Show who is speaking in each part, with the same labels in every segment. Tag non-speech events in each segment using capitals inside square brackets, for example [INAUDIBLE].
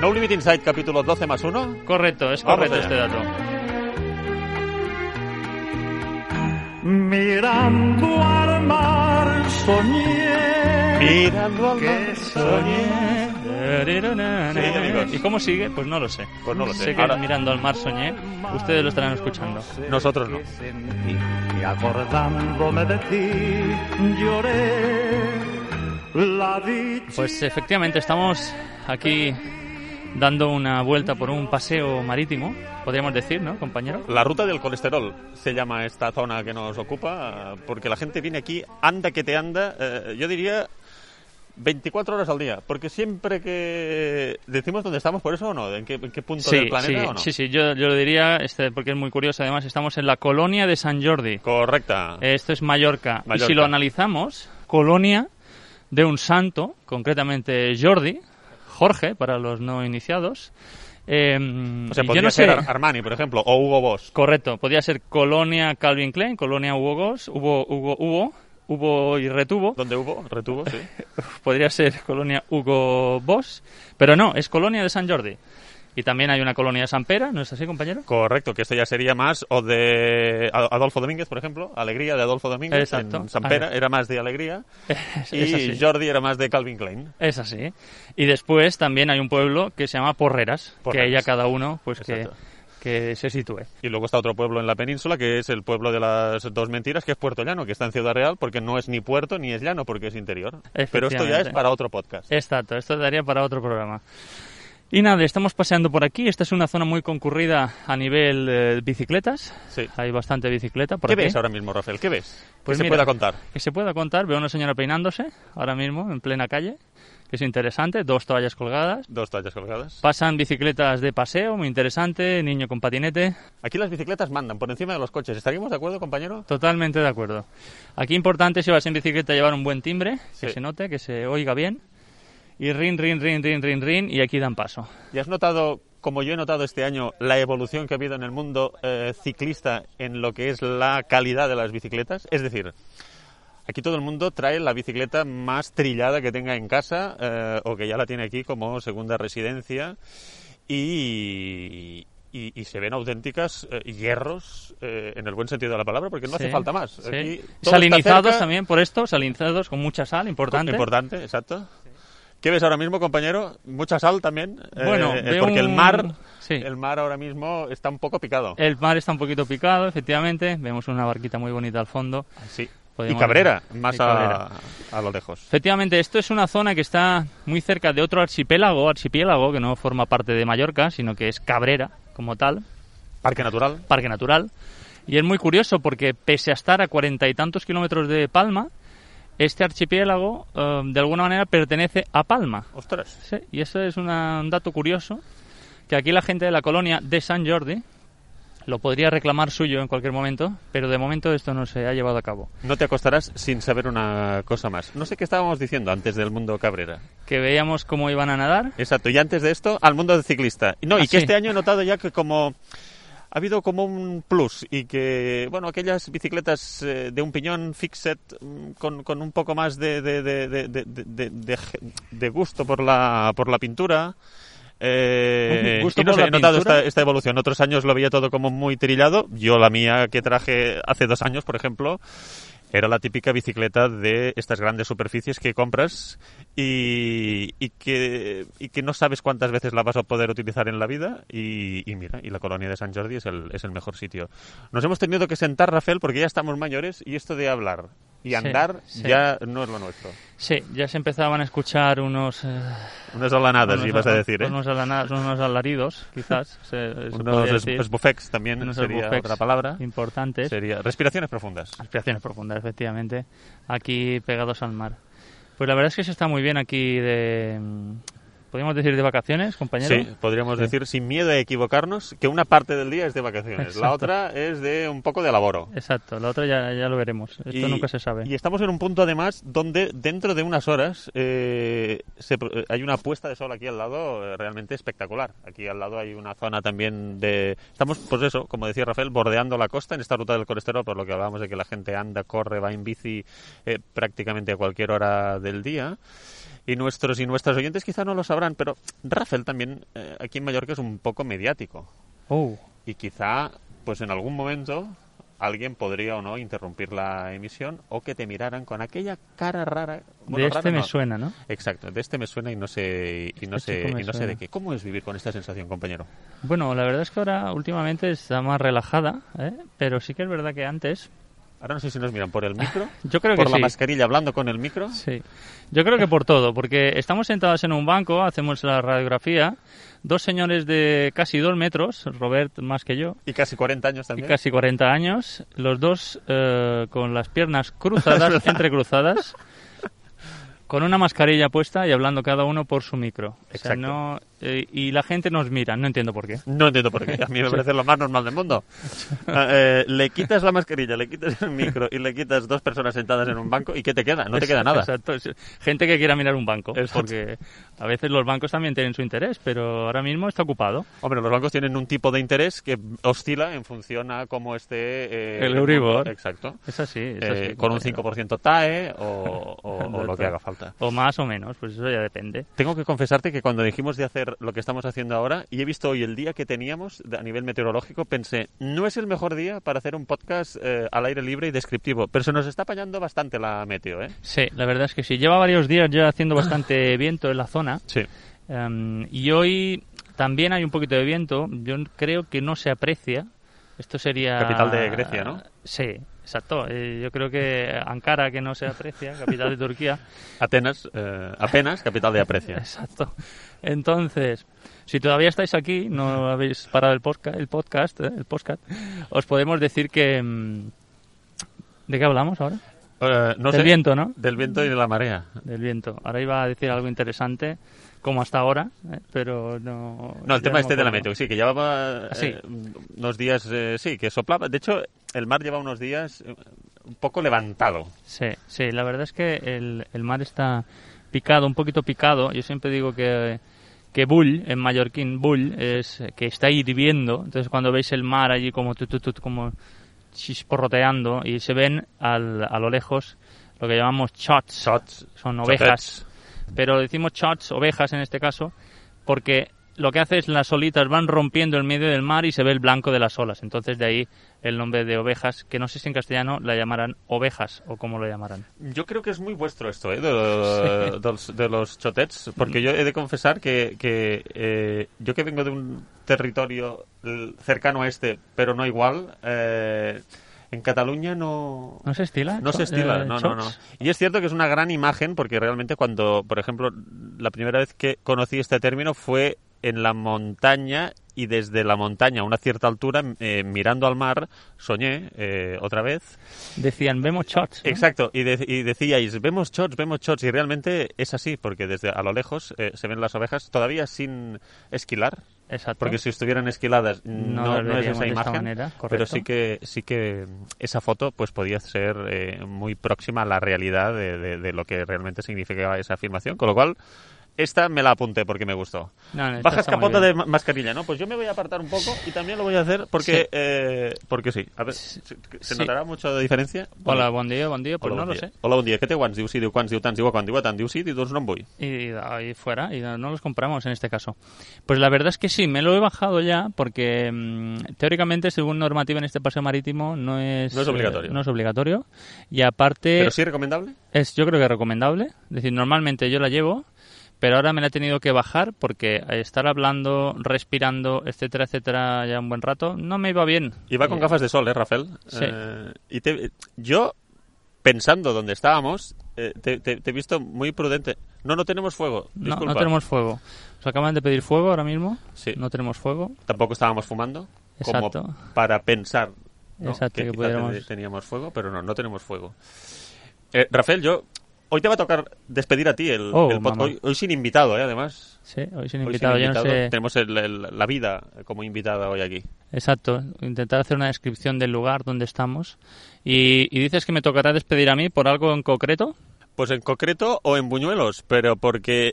Speaker 1: No Limit Inside, capítulo 12 más 1.
Speaker 2: Correcto, es
Speaker 1: Vamos
Speaker 2: correcto
Speaker 1: allá.
Speaker 2: este dato.
Speaker 3: Mirando al mar soñé
Speaker 1: Mirando al
Speaker 3: que
Speaker 1: mar, soñé. Sí, amigos.
Speaker 2: ¿Y cómo sigue? Pues no lo sé.
Speaker 1: Pues no lo sé.
Speaker 2: que
Speaker 1: Ahora-
Speaker 2: mirando al mar soñé. Ustedes lo estarán escuchando.
Speaker 1: Nosotros no.
Speaker 3: que sentí y acordándome de ti lloré la dicha
Speaker 2: Pues efectivamente estamos aquí dando una vuelta por un paseo marítimo, podríamos decir, ¿no, compañero?
Speaker 1: La ruta del colesterol se llama esta zona que nos ocupa, porque la gente viene aquí, anda que te anda, eh, yo diría 24 horas al día, porque siempre que decimos dónde estamos, por eso o no, en qué, en qué punto del planeta
Speaker 2: sí,
Speaker 1: o no.
Speaker 2: sí, sí, yo, yo lo diría, este, porque es muy curioso. Además, estamos en la colonia de San Jordi.
Speaker 1: Correcta.
Speaker 2: Esto es Mallorca. Y
Speaker 1: Mallorca.
Speaker 2: si lo analizamos, colonia de un santo, concretamente Jordi, Jorge, para los no iniciados. Eh,
Speaker 1: o sea,
Speaker 2: yo
Speaker 1: podría
Speaker 2: no sé-
Speaker 1: ser Ar- Armani, por ejemplo, o Hugo Boss.
Speaker 2: Correcto, podía ser colonia Calvin Klein, colonia Hugo Boss, Hugo, Hugo, Hugo, Hugo y retuvo.
Speaker 1: ¿Dónde hubo? Retuvo,
Speaker 2: [LAUGHS]
Speaker 1: sí.
Speaker 2: Podría ser colonia Hugo Boss, pero no, es colonia de San Jordi. Y también hay una colonia de San Pera, ¿no es así, compañero?
Speaker 1: Correcto, que esto ya sería más o de Ad- Adolfo Domínguez, por ejemplo, Alegría de Adolfo Domínguez
Speaker 2: Exacto.
Speaker 1: en San Pera, era más de Alegría
Speaker 2: Es, es
Speaker 1: y
Speaker 2: así.
Speaker 1: Jordi era más de Calvin Klein.
Speaker 2: Es así. Y después también hay un pueblo que se llama Porreras, que
Speaker 1: Porreras.
Speaker 2: ahí a cada uno pues que,
Speaker 1: Exacto.
Speaker 2: que se sitúe.
Speaker 1: Y luego está otro pueblo en la península, que es el pueblo de las dos mentiras, que es Puerto Llano, que está en Ciudad Real, porque no es ni puerto ni es llano, porque es interior. Pero esto ya es
Speaker 2: Efectivamente. Eh,
Speaker 1: para otro podcast.
Speaker 2: Exacto, esto daría para otro programa. Y nada, estamos paseando por aquí. Esta es una zona muy concurrida a nivel eh, bicicletas.
Speaker 1: Sí.
Speaker 2: Hay bastante bicicleta por
Speaker 1: ¿Qué
Speaker 2: aquí.
Speaker 1: ves ahora mismo, Rafael? ¿Qué ves?
Speaker 2: Pues
Speaker 1: que
Speaker 2: mira,
Speaker 1: se pueda contar.
Speaker 2: Que se pueda contar. Veo a una señora peinándose ahora mismo en plena calle, que es interesante. Dos toallas colgadas.
Speaker 1: Dos tallas colgadas.
Speaker 2: Pasan bicicletas de paseo, muy interesante. Niño con patinete.
Speaker 1: Aquí las bicicletas mandan por encima de los coches. ¿Estaríamos de acuerdo, compañero?
Speaker 2: Totalmente de acuerdo. Aquí importante si vas en bicicleta llevar un buen timbre,
Speaker 1: Sí.
Speaker 2: que se note, que se oiga bien. Y rin, rin, rin, rin, rin, rin, y aquí dan paso.
Speaker 1: ¿Y has notado, como yo he notado este año, la evolución que ha habido en el mundo eh, ciclista en lo que es la calidad de las bicicletas? Es decir, aquí todo el mundo trae la bicicleta más trillada que tenga en casa eh, o que ya la tiene aquí como segunda residencia y... y- y se ven auténticas eh, hierros eh, en el buen sentido de la palabra, porque no hace
Speaker 2: Sí,
Speaker 1: falta más.
Speaker 2: sí.
Speaker 1: Aquí todo está
Speaker 2: salinizados
Speaker 1: cerca.
Speaker 2: también por esto, salinizados con mucha sal, importante.
Speaker 1: Importante, exacto. ¿Qué ves ahora mismo, compañero? Mucha sal también. eh,
Speaker 2: Bueno,
Speaker 1: eh,
Speaker 2: veo
Speaker 1: porque el
Speaker 2: un-
Speaker 1: mar,
Speaker 2: sí. Eh,
Speaker 1: el mar ahora mismo está un poco picado.
Speaker 2: El mar está un poquito picado, efectivamente. Vemos una barquita muy bonita al fondo.
Speaker 1: sí. Y
Speaker 2: podríamos
Speaker 1: Cabrera,
Speaker 2: decir.
Speaker 1: más
Speaker 2: Y
Speaker 1: a,
Speaker 2: Cabrera.
Speaker 1: a lo lejos.
Speaker 2: Efectivamente, esto es una zona que está muy cerca de otro archipiélago, archipiélago que no forma parte de Mallorca, sino que es Cabrera como tal.
Speaker 1: Parque natural.
Speaker 2: parque natural. Y es muy curioso porque pese a estar a cuarenta y tantos kilómetros de Palma, este archipiélago eh, de alguna manera pertenece a Palma.
Speaker 1: Ostras.
Speaker 2: Sí, y eso es una- un dato curioso, que aquí la gente de la colonia de San Jordi lo podría reclamar suyo en cualquier momento, pero de momento esto no se ha llevado a cabo.
Speaker 1: No te acostarás sin saber una cosa más. No sé qué estábamos diciendo antes del mundo Cabrera.
Speaker 2: Que veíamos cómo iban a nadar.
Speaker 1: Exacto. Y antes de esto, al mundo del ciclista. No, y
Speaker 2: Ah,
Speaker 1: que
Speaker 2: sí.
Speaker 1: este año he notado ya que como... Ha habido como un plus y que, bueno, aquellas bicicletas eh, de un piñón fixed mm, con, con un poco más de, de, de, de, de, de- de- de gusto por la, por la pintura. eh,
Speaker 2: Un gusto
Speaker 1: y no
Speaker 2: por
Speaker 1: sé,
Speaker 2: la
Speaker 1: he notado
Speaker 2: pintura.
Speaker 1: esta, esta evolución. Otros años lo veía todo como muy trillado. Yo la mía que traje hace dos años, por ejemplo, era la típica bicicleta de estas grandes superficies que compras y, y que, y que no sabes cuántas veces la vas a poder utilizar en la vida. Y, y mira, y la colonia de San Jordi es el, es el mejor sitio. Nos hemos tenido que sentar, Rafael, porque ya estamos mayores y esto de hablar y
Speaker 2: Sí,
Speaker 1: andar
Speaker 2: sí.
Speaker 1: ya no es lo nuestro.
Speaker 2: Sí, ya se empezaban a escuchar unos... eh,
Speaker 1: Unas alanadas,
Speaker 2: unos
Speaker 1: ibas a
Speaker 2: ala-
Speaker 1: decir, ¿eh?
Speaker 2: Unos, alana- unos alaridos, quizás. se- se
Speaker 1: Unos
Speaker 2: podría
Speaker 1: es-
Speaker 2: decir.
Speaker 1: esbufecs también
Speaker 2: Unos
Speaker 1: sería
Speaker 2: esbufecs
Speaker 1: otra palabra.
Speaker 2: Importantes.
Speaker 1: Sería respiraciones profundas.
Speaker 2: Aspiraciones profundas, efectivamente, aquí pegados al mar. Pues la verdad es que se está muy bien aquí de, mm, podríamos decir de vacaciones, compañero.
Speaker 1: Sí, podríamos
Speaker 2: Sí.
Speaker 1: decir sin miedo a equivocarnos que una parte del día es de vacaciones, la
Speaker 2: Exacto.
Speaker 1: otra es de un poco de laboro.
Speaker 2: Exacto, la otra ya, ya lo veremos. Esto
Speaker 1: Y-
Speaker 2: nunca se sabe.
Speaker 1: Y estamos en un punto además donde dentro de unas horas eh, se pro- eh, hay una puesta de sol aquí al lado eh, realmente espectacular. Aquí al lado hay una zona también de... Estamos, pues eso, como decía Rafael, bordeando la costa en esta ruta del colesterol, por lo que hablábamos de que la gente anda, corre, va en bici eh, prácticamente a cualquier hora del día. Y nuestros y nuestras oyentes quizá no lo sabrán, pero Rafael también eh, aquí en Mallorca es un poco mediático
Speaker 2: Oh,
Speaker 1: y quizá pues en algún momento alguien podría o no interrumpir la emisión o que te miraran con aquella cara rara bueno,
Speaker 2: de este
Speaker 1: rara
Speaker 2: me
Speaker 1: no.
Speaker 2: suena, ¿no?
Speaker 1: exacto de este me suena y no sé y no
Speaker 2: Este
Speaker 1: sé
Speaker 2: chico me
Speaker 1: y no sé
Speaker 2: suena.
Speaker 1: de qué cómo es vivir con esta sensación compañero
Speaker 2: Bueno, la verdad es que ahora últimamente está más relajada, ¿eh? pero sí que es verdad que antes.
Speaker 1: ahora no sé si nos miran
Speaker 2: [LAUGHS]
Speaker 1: por el micro
Speaker 2: Yo creo
Speaker 1: por
Speaker 2: que
Speaker 1: la
Speaker 2: sí.
Speaker 1: mascarilla hablando con el micro
Speaker 2: Sí. Yo creo que por todo, porque estamos sentados en un banco, hacemos la radiografía, dos señores de casi dos metros, Robert más que yo,
Speaker 1: y casi 40 años
Speaker 2: y
Speaker 1: también
Speaker 2: casi 40 años, los dos eh, con las piernas
Speaker 1: [LAUGHS]
Speaker 2: cruzadas, entrecruzadas, con una mascarilla puesta y hablando cada uno por su micro. O sea,
Speaker 1: Exacto.
Speaker 2: no- eh, y la gente nos mira, no entiendo por qué.
Speaker 1: No entiendo por qué. A
Speaker 2: [LAUGHS]
Speaker 1: mí me parece lo más normal del mundo. Ah, eh, le quitas la mascarilla, le quitas el micro y le quitas dos personas sentadas en un banco y ¿qué te queda? No te queda nada.
Speaker 2: Exacto. es- Gente que quiera mirar un banco,
Speaker 1: Exacto.
Speaker 2: porque a veces los bancos también tienen su interés, pero ahora mismo está ocupado.
Speaker 1: Hombre, los bancos tienen un tipo de interés que oscila en función a cómo esté... eh,
Speaker 2: El Euribor.
Speaker 1: mundo. Exacto.
Speaker 2: Es así, es
Speaker 1: Eh,
Speaker 2: así,
Speaker 1: con un
Speaker 2: compañero.
Speaker 1: 5% TAE o, o-
Speaker 2: [LAUGHS]
Speaker 1: o lo que haga falta.
Speaker 2: O más o menos, pues eso ya depende.
Speaker 1: Tengo que confesarte que cuando dijimos de hacer lo que estamos haciendo ahora, y he visto hoy el día que teníamos de- a nivel meteorológico, pensé, no es el mejor día para hacer un podcast eh, al aire libre y descriptivo, pero se nos está apañando bastante la meteo, ¿eh?
Speaker 2: Sí, la verdad es que sí. Lleva varios días ya haciendo bastante viento en la zona.
Speaker 1: Sí.
Speaker 2: Em, y hoy también hay un poquito de viento. Yo creo que no se aprecia. Esto sería.
Speaker 1: Capital de Grecia, ¿no?
Speaker 2: Sí, exacto. Eh, yo creo que Ankara, que no se aprecia, capital de
Speaker 1: [LAUGHS]
Speaker 2: Turquía.
Speaker 1: Atenas, eh, apenas capital de aprecia.
Speaker 2: Exacto. Entonces, si todavía estáis aquí, no habéis parado el podcast, el podcast, eh, el podcast os podemos decir que. mm, ¿De qué hablamos ahora?
Speaker 1: Eh, no
Speaker 2: Del
Speaker 1: sé,
Speaker 2: viento, ¿no?
Speaker 1: Del viento y de la marea.
Speaker 2: Del viento. Ahora iba a decir algo interesante, como hasta ahora, eh, pero
Speaker 1: No,
Speaker 2: no.
Speaker 1: el
Speaker 2: Pues ya
Speaker 1: tema este de la
Speaker 2: acuerdo. Ah,
Speaker 1: meteo, sí, que llevaba eh,
Speaker 2: Sí.
Speaker 1: unos días, eh, sí, que soplaba. De hecho, el mar lleva unos días eh, un poco levantado.
Speaker 2: Sí, sí, la verdad es que el, el mar está picado, un poquito picado. Yo siempre digo que, que bull, en mallorquín, bull, es que está hirviendo. Entonces cuando veis el mar allí como tut, tut, tut, como chisporroteando y se ven al, a lo lejos lo que llamamos chots,
Speaker 1: Shots.
Speaker 2: son ovejas. Pero decimos chots, ovejas en este caso, porque lo que hace es las olitas van rompiendo el medio del mar y se ve el blanco de las olas. Entonces de ahí el nombre de ovejas, que no sé si en castellano la llamarán ovejas o como lo llamarán.
Speaker 1: Yo creo que es muy vuestro esto, ¿eh? De, de los, de los chotets, porque yo he de confesar que, que eh, yo que vengo de un territorio l- cercano a este, pero no igual, eh, en Cataluña no...
Speaker 2: ¿No se estila?
Speaker 1: No se
Speaker 2: Cho-
Speaker 1: estila,
Speaker 2: eh,
Speaker 1: no, no, no.
Speaker 2: chots?
Speaker 1: Y es cierto que es una gran imagen porque realmente cuando, por ejemplo, la primera vez que conocí este término fue en la montaña y desde la montaña a una cierta altura, eh, mirando al mar, soñé eh, otra vez.
Speaker 2: Decían, vemos chots. ¿no?
Speaker 1: Exacto, y, de- y decíais, vemos shots, vemos shots, y realmente es así, porque desde a lo lejos eh, se ven las ovejas todavía sin esquilar,
Speaker 2: Exacto.
Speaker 1: porque si estuvieran esquiladas
Speaker 2: ¿Eh? No
Speaker 1: no,
Speaker 2: las
Speaker 1: no es
Speaker 2: veríamos
Speaker 1: esa
Speaker 2: de esta
Speaker 1: imagen,
Speaker 2: manera,
Speaker 1: pero
Speaker 2: correcto.
Speaker 1: sí que sí que esa foto pues podía ser eh, muy próxima a la realidad de, de- de lo que realmente significaba esa afirmación, con lo cual esta me la apunté porque me gustó.
Speaker 2: No, no, esta
Speaker 1: Bajas
Speaker 2: está muy
Speaker 1: capota
Speaker 2: bien.
Speaker 1: de ma- mascarilla, ¿no? Pues yo me voy a apartar un poco y también lo voy a hacer porque
Speaker 2: Sí.
Speaker 1: eh, porque sí. A ver, ¿se se
Speaker 2: Sí.
Speaker 1: notará mucho de diferencia?
Speaker 2: Hola, buen día, buen día. Pues
Speaker 1: Hola,
Speaker 2: no
Speaker 1: bon
Speaker 2: lo
Speaker 1: dia.
Speaker 2: sé.
Speaker 1: Hola, bon dia. Què té guants? Diu sí, diu quants, diu tants, diu a quan, diu a tant, diu sí, diu doncs no en vull.
Speaker 2: y, y ahí fuera, y no los compramos en este caso. Pues la verdad es que sí, me lo he bajado ya porque mm, teóricamente, según normativa en este paseo marítimo, no es,
Speaker 1: No es obligatorio.
Speaker 2: eh, no es obligatorio. Y aparte,
Speaker 1: Però sí recomendable?
Speaker 2: es yo creo que recomendable. Es decir, normalmente yo la llevo, pero ahora me la he tenido que bajar porque estar hablando, respirando, etcétera, etcétera, ya un buen rato, no me iba bien.
Speaker 1: Y va con
Speaker 2: Eh,
Speaker 1: gafas de sol, ¿eh, Rafael?
Speaker 2: Sí.
Speaker 1: Eh, y te- yo, pensando donde estábamos, eh, te, te- te he visto muy prudente. No, no tenemos fuego.
Speaker 2: No,
Speaker 1: Disculpa.
Speaker 2: no tenemos fuego. Nos acaban de pedir fuego ahora mismo.
Speaker 1: Sí.
Speaker 2: No tenemos fuego.
Speaker 1: Tampoco estábamos fumando.
Speaker 2: Exacto.
Speaker 1: Como para pensar ¿no?
Speaker 2: Exacto, que
Speaker 1: quizá
Speaker 2: pudiéramos-
Speaker 1: ten- teníamos fuego, pero no, no tenemos fuego. Eh, Rafael, yo Hoy te va a tocar despedir a ti el,
Speaker 2: Oh,
Speaker 1: el podcast.
Speaker 2: mamá.
Speaker 1: Hoy, hoy sin invitado, ¿eh? Además.
Speaker 2: Sí, hoy sin
Speaker 1: Hoy sin
Speaker 2: invitado, yo no
Speaker 1: invitado.
Speaker 2: sé.
Speaker 1: Tenemos el- el- la vida como invitada hoy aquí.
Speaker 2: Exacto, intentar hacer una descripción del lugar donde estamos. Y, y dices que me tocará despedir a mí por algo en concreto.
Speaker 1: Pues en concreto o en Buñuelos, pero porque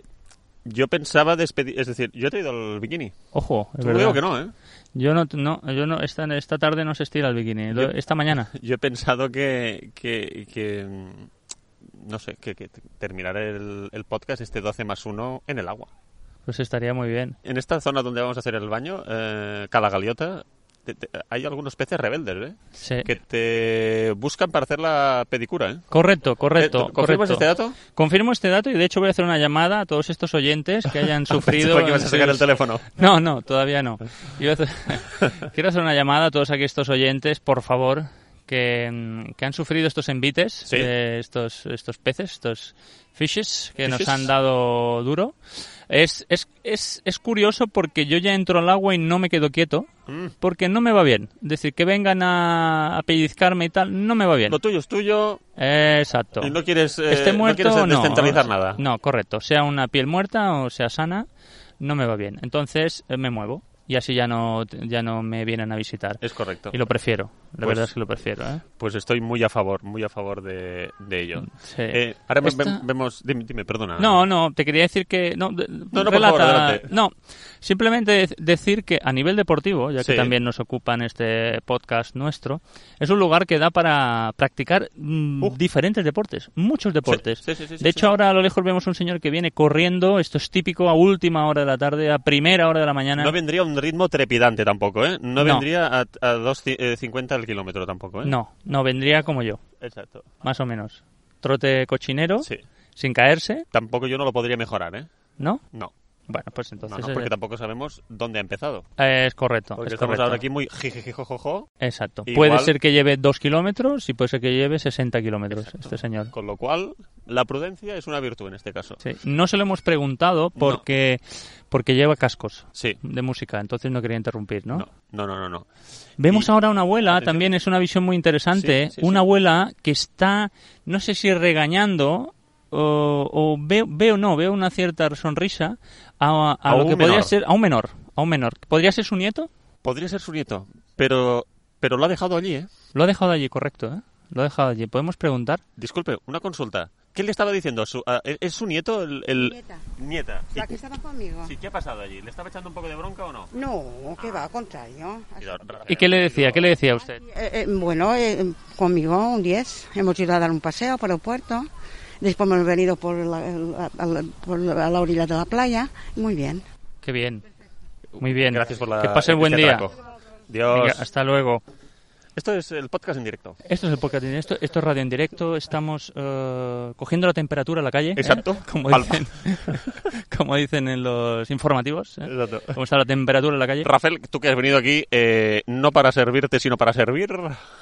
Speaker 1: yo pensaba despedir... Es decir, yo he traído el bikini.
Speaker 2: Ojo, es
Speaker 1: Tú
Speaker 2: verdad.
Speaker 1: digo que no, ¿eh?
Speaker 2: Yo no, no, yo no esta, esta tarde no se estira el bikini, lo-
Speaker 1: Yo-
Speaker 2: esta mañana.
Speaker 1: Yo he pensado que... que, que, mm, no sé, que, que terminar el, el podcast este 12 más 1 en el agua.
Speaker 2: Pues estaría muy bien.
Speaker 1: En esta zona donde vamos a hacer el baño, eh, Calagaliota, te- te- hay algunos peces rebeldes, ¿eh?
Speaker 2: Sí.
Speaker 1: Que te buscan para hacer la pedicura, ¿eh?
Speaker 2: Correcto, correcto.
Speaker 1: Eh, ¿Confirmas este
Speaker 2: correcto.
Speaker 1: dato?
Speaker 2: Confirmo este dato y de hecho voy a hacer una llamada a todos estos oyentes
Speaker 1: [LAUGHS]
Speaker 2: que hayan sufrido.
Speaker 1: Pensaba que ibas a sacar el teléfono.
Speaker 2: No, no, todavía no. Iba
Speaker 1: [LAUGHS]
Speaker 2: a hacer- Quiero hacer una llamada a todos aquí estos oyentes, por favor, que, mm, que han sufrido estos envites,
Speaker 1: Sí.
Speaker 2: de estos, estos peces, estos fishes que
Speaker 1: Fishes.
Speaker 2: nos han dado duro. Es, es, es, es curioso porque yo ya entro al agua y no me quedo quieto.
Speaker 1: Mm.
Speaker 2: Porque no me va bien. Es decir, que vengan a, a pellizcarme y tal, no me va bien.
Speaker 1: Lo tuyo es tuyo
Speaker 2: Exacto.
Speaker 1: y no quieres, eh,
Speaker 2: Esté
Speaker 1: no
Speaker 2: muerto
Speaker 1: quieres
Speaker 2: o no.
Speaker 1: descentralizar nada.
Speaker 2: No, correcto. Sea una piel muerta o sea sana, no me va bien. Entonces eh, me muevo y así ya no, ya no me vienen a visitar.
Speaker 1: Es correcto.
Speaker 2: Y lo prefiero. La
Speaker 1: Pues-
Speaker 2: verdad es que lo prefiero. ¿eh?
Speaker 1: Pues estoy muy a favor, muy a favor de, de ello.
Speaker 2: Sí.
Speaker 1: Eh, ahora ve-
Speaker 2: Esta-
Speaker 1: ve- vemos... Dime, dime, perdona.
Speaker 2: No, no, te quería decir que... No, de-
Speaker 1: Ah. por
Speaker 2: relata-
Speaker 1: favor, adelante.
Speaker 2: no, simplemente de- decir que a nivel deportivo, ya que
Speaker 1: Sí.
Speaker 2: también nos ocupa en este podcast nuestro, es un lugar que da para practicar mm,
Speaker 1: Uh.
Speaker 2: diferentes deportes, muchos deportes.
Speaker 1: Sí, sí, sí, sí, sí.
Speaker 2: de hecho, ahora a lo lejos vemos un señor que viene corriendo, esto es típico, a última hora de la tarde, a primera hora de la mañana.
Speaker 1: No vendría a un ritmo trepidante tampoco, ¿eh? No
Speaker 2: No.
Speaker 1: vendría a, a 2.50 al kilómetro tampoco, ¿eh?
Speaker 2: no, no, vendría como yo,
Speaker 1: Exacto.
Speaker 2: más o menos. Trote cochinero,
Speaker 1: Sí.
Speaker 2: sin caerse,
Speaker 1: Tampoco yo no lo podría mejorar, ¿eh?
Speaker 2: ¿no?
Speaker 1: No.
Speaker 2: Bueno, pues
Speaker 1: No,
Speaker 2: entonces...
Speaker 1: no, porque
Speaker 2: eh,
Speaker 1: tampoco sabemos dónde ha empezado.
Speaker 2: eh, es correcto.
Speaker 1: Porque
Speaker 2: es
Speaker 1: estamos
Speaker 2: correcto.
Speaker 1: ahora aquí muy jijijijojojo,
Speaker 2: Exacto.
Speaker 1: Igual-
Speaker 2: Puede ser que lleve 2 kilómetros y puede ser que lleve 60 kilómetros este señor.
Speaker 1: con lo cual la prudencia es una virtud en este caso.
Speaker 2: Sí. No se lo hemos preguntado porque, porque lleva cascos
Speaker 1: Sí.
Speaker 2: de música, entonces no quería interrumpir, ¿no?
Speaker 1: No, no, no, no. no.
Speaker 2: Vemos
Speaker 1: Y-
Speaker 2: ahora una abuela,
Speaker 1: Atención.
Speaker 2: también es una visión muy interesante,
Speaker 1: Sí, sí,
Speaker 2: una
Speaker 1: sí.
Speaker 2: abuela que está, no sé si regañando o, o veo, veo, no, veo una cierta sonrisa a, a
Speaker 1: A
Speaker 2: lo
Speaker 1: un
Speaker 2: que podría
Speaker 1: menor.
Speaker 2: ser, a un menor, a un menor. ¿Podría ser su nieto?
Speaker 1: Podría ser su nieto, pero, pero lo ha dejado allí, ¿eh?
Speaker 2: Lo ha dejado allí, correcto, ¿eh? Lo ha dejado allí. ¿Podemos preguntar?
Speaker 1: Disculpe, una consulta. ¿Qué le estaba diciendo? a su- a- ¿Es es su nieto el...? el-
Speaker 4: Nieta,
Speaker 1: Nieta.
Speaker 4: la que
Speaker 1: ¿Y-
Speaker 4: estaba conmigo.
Speaker 1: sí, ¿Qué ha pasado allí? ¿Le estaba echando un poco de bronca o no?
Speaker 4: No, que va, al contrario.
Speaker 1: Eh,
Speaker 2: ¿Y qué le decía? ¿Qué le decía a usted?
Speaker 4: Eh, eh, bueno, eh, conmigo un 10. Hemos ido a dar un paseo por el puerto. Después hemos venido por la, el- a, la- por la- a la orilla de la playa. Muy bien.
Speaker 2: Qué bien. Muy bien.
Speaker 1: Gracias por la...
Speaker 2: Que pase un buen
Speaker 1: este
Speaker 2: día.
Speaker 1: atraco. Dios.
Speaker 2: Venga, hasta luego.
Speaker 1: Esto es el podcast en directo.
Speaker 2: Esto es el podcast en directo, esto es radio en directo, estamos eh, cogiendo la temperatura en la calle. ¿eh?
Speaker 1: Exacto.
Speaker 2: [LAUGHS] Como
Speaker 1: Palma.
Speaker 2: dicen, como dicen en los informativos. ¿eh?
Speaker 1: Exacto.
Speaker 2: ¿Cómo está la temperatura en la calle?
Speaker 1: Rafael, tú que has venido aquí eh, no para servirte, sino para servir.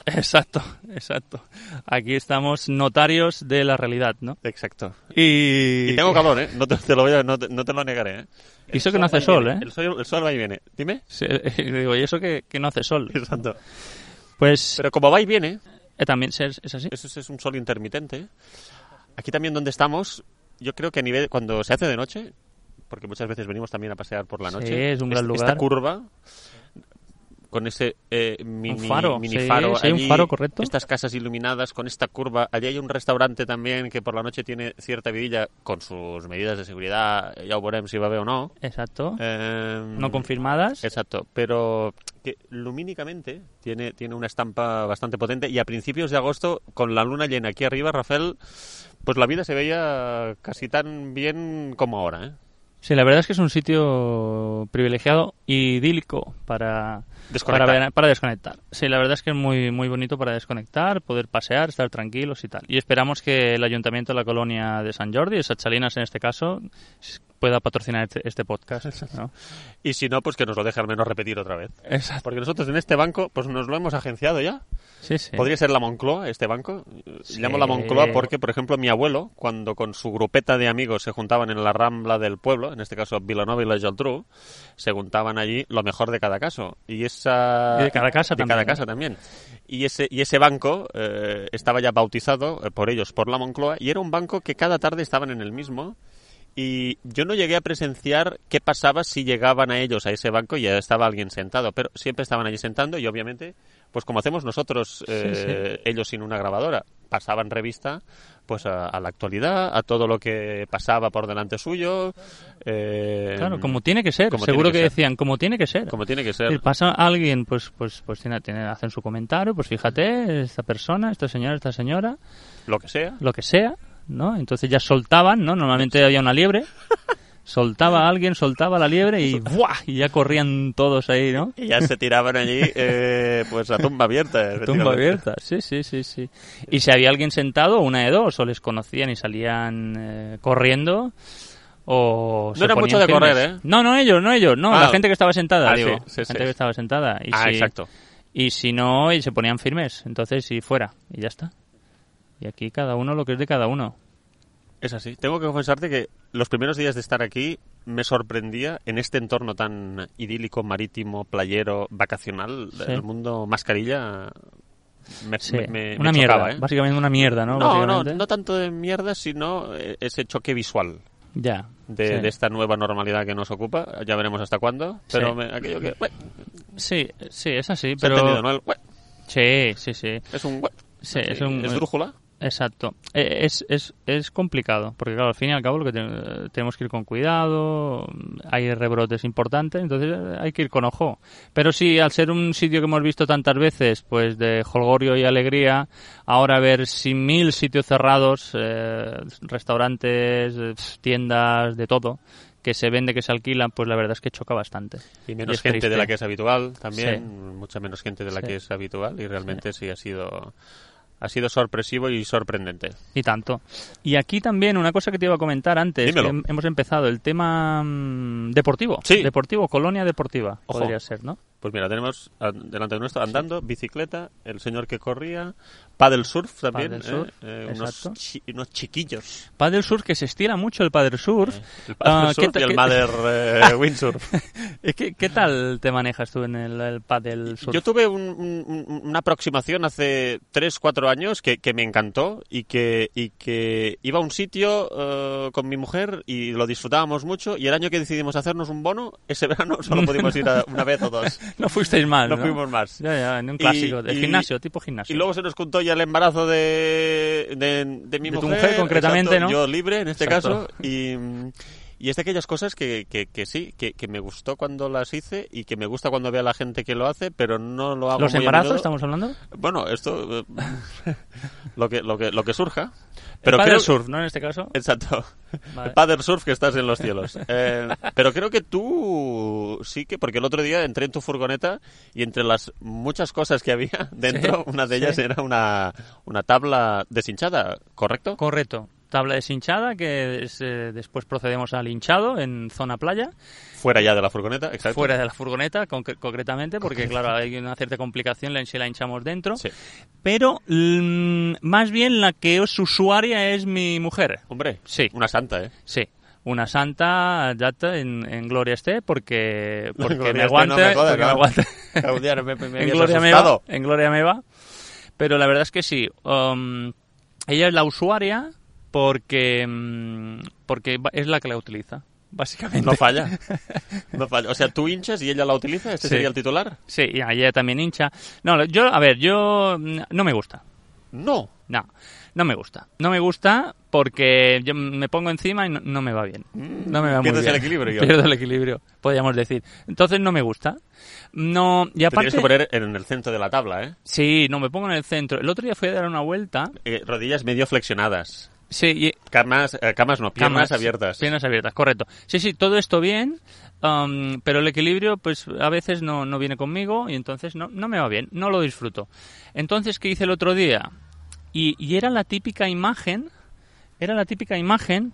Speaker 2: Exacto, exacto. Aquí estamos notarios de la realidad, ¿no?
Speaker 1: Exacto.
Speaker 2: Y,
Speaker 1: Y tengo calor, ¿eh? No te, te lo, voy a- no te, no te lo negaré, ¿eh?
Speaker 2: Y eso que no hace
Speaker 1: va y
Speaker 2: sol,
Speaker 1: viene,
Speaker 2: ¿eh?
Speaker 1: El sol, el sol va y viene. Dime.
Speaker 2: Sí, [LAUGHS] y digo, y eso que, que no hace sol.
Speaker 1: Exacto.
Speaker 2: Pues
Speaker 1: Pero como va y viene,
Speaker 2: eh, también es, es así.
Speaker 1: eso es- es un sol intermitente. Aquí también donde estamos, yo creo que a nivel cuando se hace de noche, porque muchas veces venimos también a pasear por la
Speaker 2: Sí,
Speaker 1: noche.
Speaker 2: es un gran
Speaker 1: es-
Speaker 2: lugar.
Speaker 1: Esta curva con ese eh, mini,
Speaker 2: faro,
Speaker 1: mini
Speaker 2: sí,
Speaker 1: faro
Speaker 2: sí, un
Speaker 1: allí,
Speaker 2: faro, correcto.
Speaker 1: Estas casas iluminadas con esta curva. Allí hay un restaurante también que por la noche tiene cierta vidilla con sus medidas de seguridad. Ya veremos si va a haber o no.
Speaker 2: Exacto.
Speaker 1: Em,
Speaker 2: no confirmadas.
Speaker 1: Exacto, pero que lumínicamente tiene, tiene una estampa bastante potente y a principios de agosto, con la luna llena aquí arriba, Rafael, pues la vida se veía casi tan bien como ahora. ¿eh?
Speaker 2: Sí, la verdad es que es un sitio privilegiado, idílico para
Speaker 1: Desconectar.
Speaker 2: Para, ver- para desconectar. Sí, la verdad es que es muy, muy bonito para desconectar, poder pasear, estar tranquilos y tal. Y esperamos que el ayuntamiento de la colonia de San Jordi, de Sachalinas en este caso, s- pueda patrocinar este, este podcast. ¿no?
Speaker 1: Y si no, pues que nos lo deje al menos repetir otra vez.
Speaker 2: Exacto.
Speaker 1: Porque nosotros en este banco, pues nos lo hemos agenciado ya.
Speaker 2: Sí, sí.
Speaker 1: Podría ser la Moncloa, este banco.
Speaker 2: Sí.
Speaker 1: Llamo la Moncloa porque, por ejemplo, mi abuelo, cuando con su grupeta de amigos se juntaban en la rambla del pueblo, en este caso Vilanova y la Geltrú, se juntaban allí lo mejor de cada caso. Y esa...
Speaker 2: Y de cada casa
Speaker 1: de
Speaker 2: también,
Speaker 1: cada
Speaker 2: ¿eh?
Speaker 1: casa también. y ese, y ese banco eh, estaba ya bautizado eh, por ellos, por la Moncloa, y era un banco que cada tarde estaban en el mismo. Y yo no llegué a presenciar qué pasaba si llegaban a ellos a ese banco y ya estaba alguien sentado, pero siempre estaban allí sentando y obviamente, pues como hacemos nosotros, eh, ellos sin una grabadora, pasaban revista pues a, a la actualidad, a todo lo que pasaba por delante suyo. eh,
Speaker 2: Claro, como tiene que ser.
Speaker 1: como tiene
Speaker 2: Seguro que,
Speaker 1: ser.
Speaker 2: decían, como tiene que ser.
Speaker 1: Como tiene que
Speaker 2: Es
Speaker 1: ser.
Speaker 2: decir, pasa alguien, pues, pues, pues tiene, tiene- hacen su comentario, pues fíjate, esta persona, esta señora, esta señora,
Speaker 1: Lo que sea.
Speaker 2: lo que sea, ¿no? Entonces ya soltaban, ¿no? Normalmente había una liebre, soltaba a alguien, soltaba la liebre y ¡buah! Y ya corrían todos ahí, ¿no?
Speaker 1: Y ya se tiraban allí, eh, pues a tumba
Speaker 2: [LAUGHS]
Speaker 1: abierta.
Speaker 2: Tumba
Speaker 1: efectivamente.
Speaker 2: abierta, sí, sí, sí, sí. Y si había alguien sentado, una de dos, o les conocían y salían eh, corriendo, o...
Speaker 1: No
Speaker 2: se
Speaker 1: era
Speaker 2: ponían
Speaker 1: mucho de
Speaker 2: firmes.
Speaker 1: correr, ¿eh?
Speaker 2: No, no ellos, no ellos, no,
Speaker 1: Ah.
Speaker 2: la gente que estaba sentada,
Speaker 1: Ah,
Speaker 2: digo,
Speaker 1: sí, sí,
Speaker 2: la gente
Speaker 1: sí.
Speaker 2: que estaba sentada. Y
Speaker 1: Ah,
Speaker 2: si-
Speaker 1: exacto.
Speaker 2: Y si no, y se ponían firmes, entonces y fuera, y ya está. Y aquí cada uno lo que es de cada uno.
Speaker 1: Es así. Tengo que confesarte que los primeros días de estar aquí me sorprendía en este entorno tan idílico, marítimo, playero, vacacional,
Speaker 2: Sí.
Speaker 1: el mundo mascarilla. Me,
Speaker 2: Sí,
Speaker 1: me- me-
Speaker 2: una
Speaker 1: me
Speaker 2: mierda,
Speaker 1: chocaba, ¿eh?
Speaker 2: básicamente una mierda, ¿no?
Speaker 1: No, no,
Speaker 2: Básicamente.
Speaker 1: no tanto de mierda, sino eh, ese choque visual
Speaker 2: Ya.
Speaker 1: de,
Speaker 2: sí.
Speaker 1: de esta nueva normalidad que nos ocupa. Ya veremos hasta cuándo.
Speaker 2: Sí.
Speaker 1: Pero me- aquello que. bueno,
Speaker 2: Sí, sí, es así,
Speaker 1: se ha entendido,
Speaker 2: pero...
Speaker 1: ¿no? El bueno,
Speaker 2: Sí, sí, sí.
Speaker 1: es un. bueno,
Speaker 2: Sí, es un-
Speaker 1: drújula.
Speaker 2: Exacto. Eh, Es, es, es complicado, porque claro, al fin y al cabo lo que te- tenemos que ir con cuidado, hay rebrotes importantes, entonces eh, hay que ir con ojo. Pero sí, al ser un sitio que hemos visto tantas veces, pues de jolgorio y alegría, ahora ver sin mil sitios cerrados, eh, restaurantes, eh, tiendas, de todo, que se vende, que se alquilan, pues la verdad es que choca bastante.
Speaker 1: Y menos
Speaker 2: es
Speaker 1: gente de la
Speaker 2: triste.
Speaker 1: que es habitual también,
Speaker 2: Sí.
Speaker 1: mucha menos gente de la
Speaker 2: Sí.
Speaker 1: que es habitual y realmente sí, ha sido ha sido sorpresivo y sorprendente.
Speaker 2: Y tanto. Y aquí también una cosa que te iba a comentar antes,
Speaker 1: Dímelo.
Speaker 2: que hem- hemos empezado el tema mm, deportivo.
Speaker 1: Sí.
Speaker 2: Deportivo, colonia deportiva,
Speaker 1: Ojo.
Speaker 2: podría ser, ¿no?
Speaker 1: Pues mira, tenemos a- delante de nuestro andando, bicicleta, el señor que corría, paddle surf también,
Speaker 2: Paddle
Speaker 1: ¿eh?
Speaker 2: surf,
Speaker 1: Eh, unos,
Speaker 2: exacto.
Speaker 1: chi- unos chiquillos.
Speaker 2: Padel Surf, que se estira mucho el Padel [LAUGHS] Surf.
Speaker 1: El paddle
Speaker 2: Ah, ¿qué
Speaker 1: surf
Speaker 2: ta-
Speaker 1: y el
Speaker 2: qué- [LAUGHS]
Speaker 1: mother eh, windsurf.
Speaker 2: ¿Qué, qué tal te manejas tú en el, el Padel Surf?
Speaker 1: Yo tuve un- un- un- una aproximación hace 3, 4 años que, que me encantó y que, y que iba a un sitio eh, con mi mujer y lo disfrutábamos mucho y el año que decidimos hacernos un bono, ese [LAUGHS] verano solo pudimos ir a una vez o dos.
Speaker 2: [LAUGHS] No fuisteis mal,
Speaker 1: No
Speaker 2: ¿no?
Speaker 1: fuimos más.
Speaker 2: Ya, ya, en [LAUGHS] un
Speaker 1: Y-
Speaker 2: clásico, de
Speaker 1: y-
Speaker 2: gimnasio, tipo gimnasio.
Speaker 1: Y luego se nos juntó ya el embarazo de, de, de mi
Speaker 2: De tu
Speaker 1: mujer.
Speaker 2: mujer, concretamente,
Speaker 1: exacto,
Speaker 2: ¿no?
Speaker 1: Yo libre, en este caso.
Speaker 2: Exacto.
Speaker 1: Y, mm, y es de aquellas cosas que, que, que sí, que, que me gustó cuando las hice y que me gusta cuando veo a la gente que lo hace, pero no lo hago
Speaker 2: ¿Los
Speaker 1: muy a
Speaker 2: embarazos
Speaker 1: menudo.
Speaker 2: estamos hablando?
Speaker 1: Bueno, esto... eh, lo, que, lo, que, lo que surja. Pero
Speaker 2: el Padel
Speaker 1: creo-
Speaker 2: Surf, ¿no? En este caso.
Speaker 1: [LAUGHS] Exacto.
Speaker 2: Vale.
Speaker 1: El paddle surf que estás en los cielos. Eh, pero creo que tú sí que, porque el otro día entré en tu furgoneta y entre las muchas cosas que había [LAUGHS] dentro,
Speaker 2: Sí,
Speaker 1: una de ellas
Speaker 2: sí.
Speaker 1: era una, una tabla deshinchada, ¿correcto?
Speaker 2: Correcto. Tabla deshinchada, que es, eh, después procedemos al hinchado en zona playa.
Speaker 1: Fuera ya de la furgoneta, exacto.
Speaker 2: fuera de la furgoneta, concre- concretamente, porque claro, hay una cierta complicación la- si la hinchamos dentro.
Speaker 1: Sí.
Speaker 2: Pero mm, más bien la que es usuaria es mi mujer.
Speaker 1: Hombre,
Speaker 2: Sí.
Speaker 1: una santa, ¿eh?
Speaker 2: Sí. Una santa data en, en gloria
Speaker 1: [LAUGHS]
Speaker 2: esté porque, porque
Speaker 1: Gloria
Speaker 2: me
Speaker 1: esté,
Speaker 2: aguante,
Speaker 1: este no me jodas,
Speaker 2: porque me
Speaker 1: claro.
Speaker 2: aguante.
Speaker 1: Claudia, me- [LAUGHS] me
Speaker 2: en
Speaker 1: habías
Speaker 2: gloria me va,
Speaker 1: asustado.
Speaker 2: en gloria me va. Pero la verdad es que sí. um, ella es la usuaria porque mm, porque va- es la que la utiliza, básicamente.
Speaker 1: No [LAUGHS] falla. No falla. O sea, tú hinchas y ella la utiliza, este
Speaker 2: Sí.
Speaker 1: sería el titular.
Speaker 2: Sí, y ella también hincha. No, lo- yo, a ver, yo mm, no me gusta.
Speaker 1: No.
Speaker 2: No, no me gusta. No me gusta porque yo me pongo encima y no, no me va bien. No me va muy
Speaker 1: Mm. pierdes
Speaker 2: bien.
Speaker 1: el equilibrio.
Speaker 2: Pierdo el equilibrio, podríamos decir. Entonces no me gusta. No, y
Speaker 1: Te tienes
Speaker 2: aparte...
Speaker 1: que poner en el centro de la tabla, ¿eh?
Speaker 2: Sí, no, me pongo en el centro. El otro día fui a dar una vuelta.
Speaker 1: Eh, Rodillas medio flexionadas.
Speaker 2: Sí, y...
Speaker 1: Camas, eh, camas no, piernas
Speaker 2: Camas,
Speaker 1: abiertas.
Speaker 2: Piernas abiertas, correcto. Sí, sí, todo esto bien, am, pero el equilibrio pues a veces no, no viene conmigo y entonces no, no me va bien, no lo disfruto. Entonces, ¿qué hice el otro día? Y, y era la típica imagen, era la típica imagen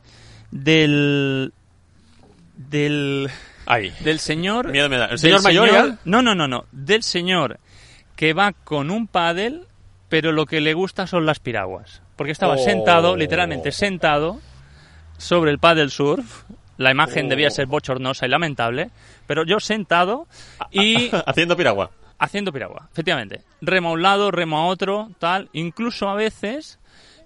Speaker 2: del... del...
Speaker 1: Ay.
Speaker 2: del señor...
Speaker 1: Miedo me da. ¿El
Speaker 2: del
Speaker 1: señor mayor ya?
Speaker 2: No, no, no, no, del señor que va con un pádel, pero lo que le gusta son las piraguas. Porque estaba
Speaker 1: Oh.
Speaker 2: sentado, literalmente sentado, sobre el paddle surf. La imagen
Speaker 1: Oh.
Speaker 2: debía ser bochornosa y lamentable, pero yo sentado y
Speaker 1: [LAUGHS] Haciendo piragua.
Speaker 2: haciendo piragua, efectivamente. Remo a un lado, remo a otro, tal. Incluso a veces,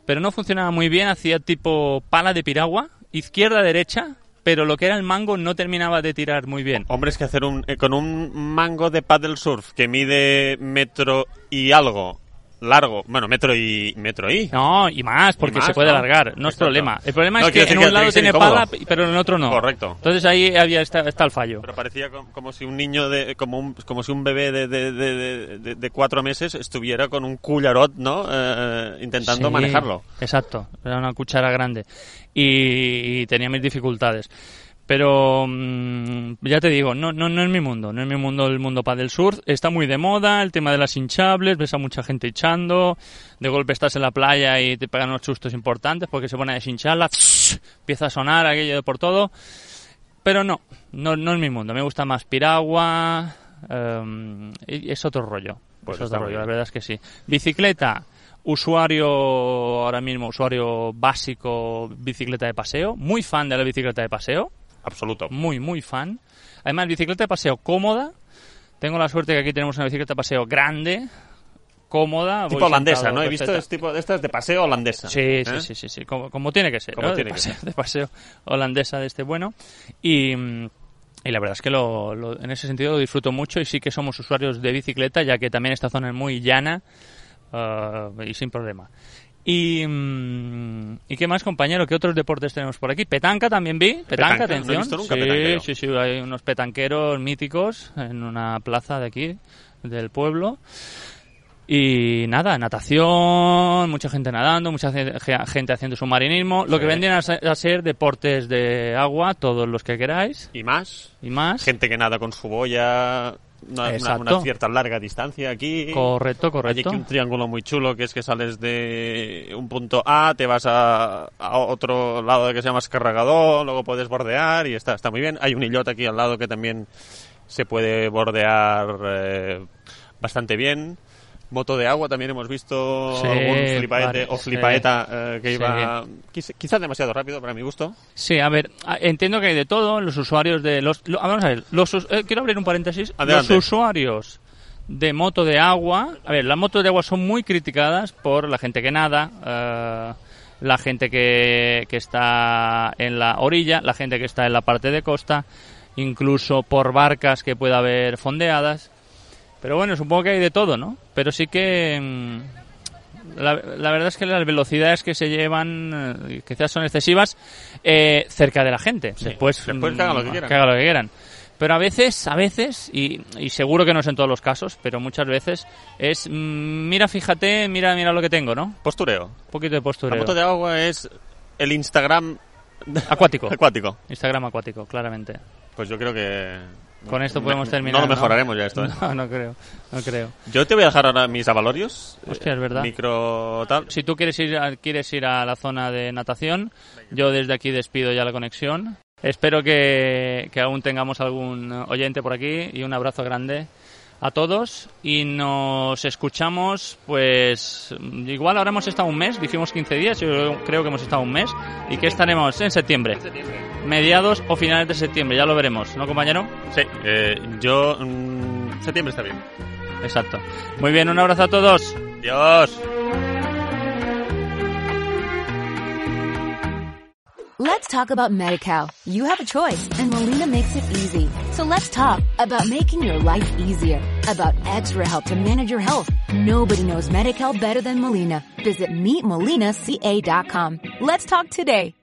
Speaker 2: pero no funcionaba muy bien, hacía tipo pala de piragua, izquierda-derecha, pero lo que era el mango no terminaba de tirar muy bien.
Speaker 1: Hombre, es que hacer un, eh, con un mango de paddle surf que mide metro y algo largo, bueno, metro y metro y.
Speaker 2: No, y más, porque
Speaker 1: Y más,
Speaker 2: se puede
Speaker 1: ¿no?
Speaker 2: alargar, no es
Speaker 1: Exacto.
Speaker 2: problema. El problema
Speaker 1: No,
Speaker 2: es
Speaker 1: quiero
Speaker 2: que
Speaker 1: decir
Speaker 2: en
Speaker 1: que
Speaker 2: un
Speaker 1: tiene
Speaker 2: lado
Speaker 1: que ser
Speaker 2: tiene
Speaker 1: incómodo.
Speaker 2: pala, pero en el otro no.
Speaker 1: Correcto.
Speaker 2: Entonces ahí había está, está el fallo.
Speaker 1: Pero parecía co- como, si un niño de, como un, como si un bebé de, de, de- de- de- de cuatro meses estuviera con un cullarot, ¿no? Eh, intentando
Speaker 2: Sí,
Speaker 1: manejarlo.
Speaker 2: Exacto, era una cuchara grande y, y tenía mis dificultades. Pero mm, ya te digo, no, no, no es mi mundo, no es mi mundo el mundo del surf. Está muy de moda el tema de las hinchables, ves a mucha gente hinchando, de golpe estás en la playa y te pegan unos sustos importantes porque se pone a deshincharla, empieza a sonar aquello de por todo. Pero no, no, no es mi mundo, me gusta más piragua, em, y- y es otro rollo.
Speaker 1: Pues
Speaker 2: es otro
Speaker 1: está muy
Speaker 2: rollo,
Speaker 1: bien.
Speaker 2: la verdad es que sí. Bicicleta, usuario ahora mismo, usuario básico, bicicleta de paseo, muy fan de la bicicleta de paseo,
Speaker 1: Absoluto.
Speaker 2: muy, muy fan. Además, bicicleta de paseo cómoda, tengo la suerte que aquí tenemos una bicicleta de paseo grande, cómoda.
Speaker 1: Tipo
Speaker 2: voy
Speaker 1: holandesa,
Speaker 2: sentado,
Speaker 1: ¿no? He visto
Speaker 2: etcétera.
Speaker 1: este tipo de estas de paseo holandesa.
Speaker 2: Sí,
Speaker 1: ¿eh?
Speaker 2: sí, sí, sí, sí, Como, como tiene que ser,
Speaker 1: Como
Speaker 2: ¿no?
Speaker 1: tiene
Speaker 2: de,
Speaker 1: que
Speaker 2: paseo, [LAUGHS] de paseo holandesa de este bueno. Y, mm, y la verdad es que lo, lo- en ese sentido lo disfruto mucho y sí que somos usuarios de bicicleta, ya que también esta zona es muy llana ah, y sin problema. Y, mm, ¿Y qué más, compañero? ¿Qué otros deportes tenemos por aquí? Petanca también vi. Petanca,
Speaker 1: Petanca, no he
Speaker 2: atención.
Speaker 1: visto nunca
Speaker 2: sí,
Speaker 1: petanquero.
Speaker 2: sí, sí, hay unos petanqueros míticos en una plaza de aquí, del pueblo. Y nada, natación, mucha gente nadando, mucha ce- ge- gente haciendo submarinismo, lo que vendrían a se- a ser deportes de agua, todos los que queráis
Speaker 1: Y más.
Speaker 2: y más.
Speaker 1: Gente que nada con su boya, una, una-
Speaker 2: Exacto.
Speaker 1: una cierta larga distancia aquí.
Speaker 2: Correcto,
Speaker 1: Hay aquí
Speaker 2: correcto.
Speaker 1: un triángulo muy chulo que es que sales de un punto A, te vas a, a otro lado que se llama Escarragador, luego puedes bordear y está, está muy bien. Hay un illot aquí al lado que también se puede bordear eh, bastante bien. Moto de agua también hemos visto
Speaker 2: Sí,
Speaker 1: algún flipaete
Speaker 2: vale,
Speaker 1: o
Speaker 2: sí.
Speaker 1: flipaeta eh, que
Speaker 2: Sí.
Speaker 1: iba quizás demasiado rápido para mi gusto.
Speaker 2: Sí, a ver, a- entiendo que hay de todo, los usuarios de los... lo- ah, vamos a ver, los, us- eh, quiero abrir un paréntesis.
Speaker 1: Adelante.
Speaker 2: Los usuarios de moto de agua, a ver, las motos de agua son muy criticadas por la gente que nada, eh, la gente que, que está en la orilla, la gente que está en la parte de costa, incluso por barcas que pueda haber fondeadas. Pero bueno, supongo que hay de todo, ¿no? Pero sí que... mm, la, la verdad es que las velocidades que se llevan eh, quizás son excesivas eh, cerca de la gente. después
Speaker 1: después
Speaker 2: mm,
Speaker 1: que hagan lo que quieran.
Speaker 2: hagan lo que quieran. Pero a veces, a veces, y, y seguro que no es en todos los casos, pero muchas veces es, mm, mira, fíjate, mira, mira lo que tengo, ¿no?
Speaker 1: Postureo.
Speaker 2: Un poquito de
Speaker 1: La
Speaker 2: postureo.
Speaker 1: moto de agua es el Instagram
Speaker 2: Acuático.
Speaker 1: [LAUGHS] acuático.
Speaker 2: Instagram acuático, claramente.
Speaker 1: Pues yo creo que...
Speaker 2: Con esto podemos
Speaker 1: no-
Speaker 2: terminar.
Speaker 1: No lo mejoraremos ya esto. ¿eh?
Speaker 2: [LAUGHS] No, no creo, no creo.
Speaker 1: Yo te voy a dejar ahora mis avalorios.
Speaker 2: Hostia, es
Speaker 1: eh,
Speaker 2: verdad.
Speaker 1: Micro tal.
Speaker 2: Si tú quieres ir, a, quieres ir a la zona de natación, yo desde aquí despido ya la conexión. Espero que, que aún tengamos algún oyente por aquí y un abrazo grande a todos y nos escuchamos pues igual ahora hemos estado un mes, dijimos 15 días, yo creo que hemos estado un mes y que estaremos en septiembre, mediados o finales de septiembre, ya lo veremos, ¿no compañero?
Speaker 1: Sí, eh, yo... mm, septiembre está bien.
Speaker 2: Exacto. Muy bien, un abrazo a todos.
Speaker 1: Dios.
Speaker 5: Let's talk about MediCal. You have a choice and Molina makes it easy. So let's talk about making your life easier, about extra help to manage your health. Nobody knows MediCal better than Molina. Visit meetmolinaca.com. Let's talk today.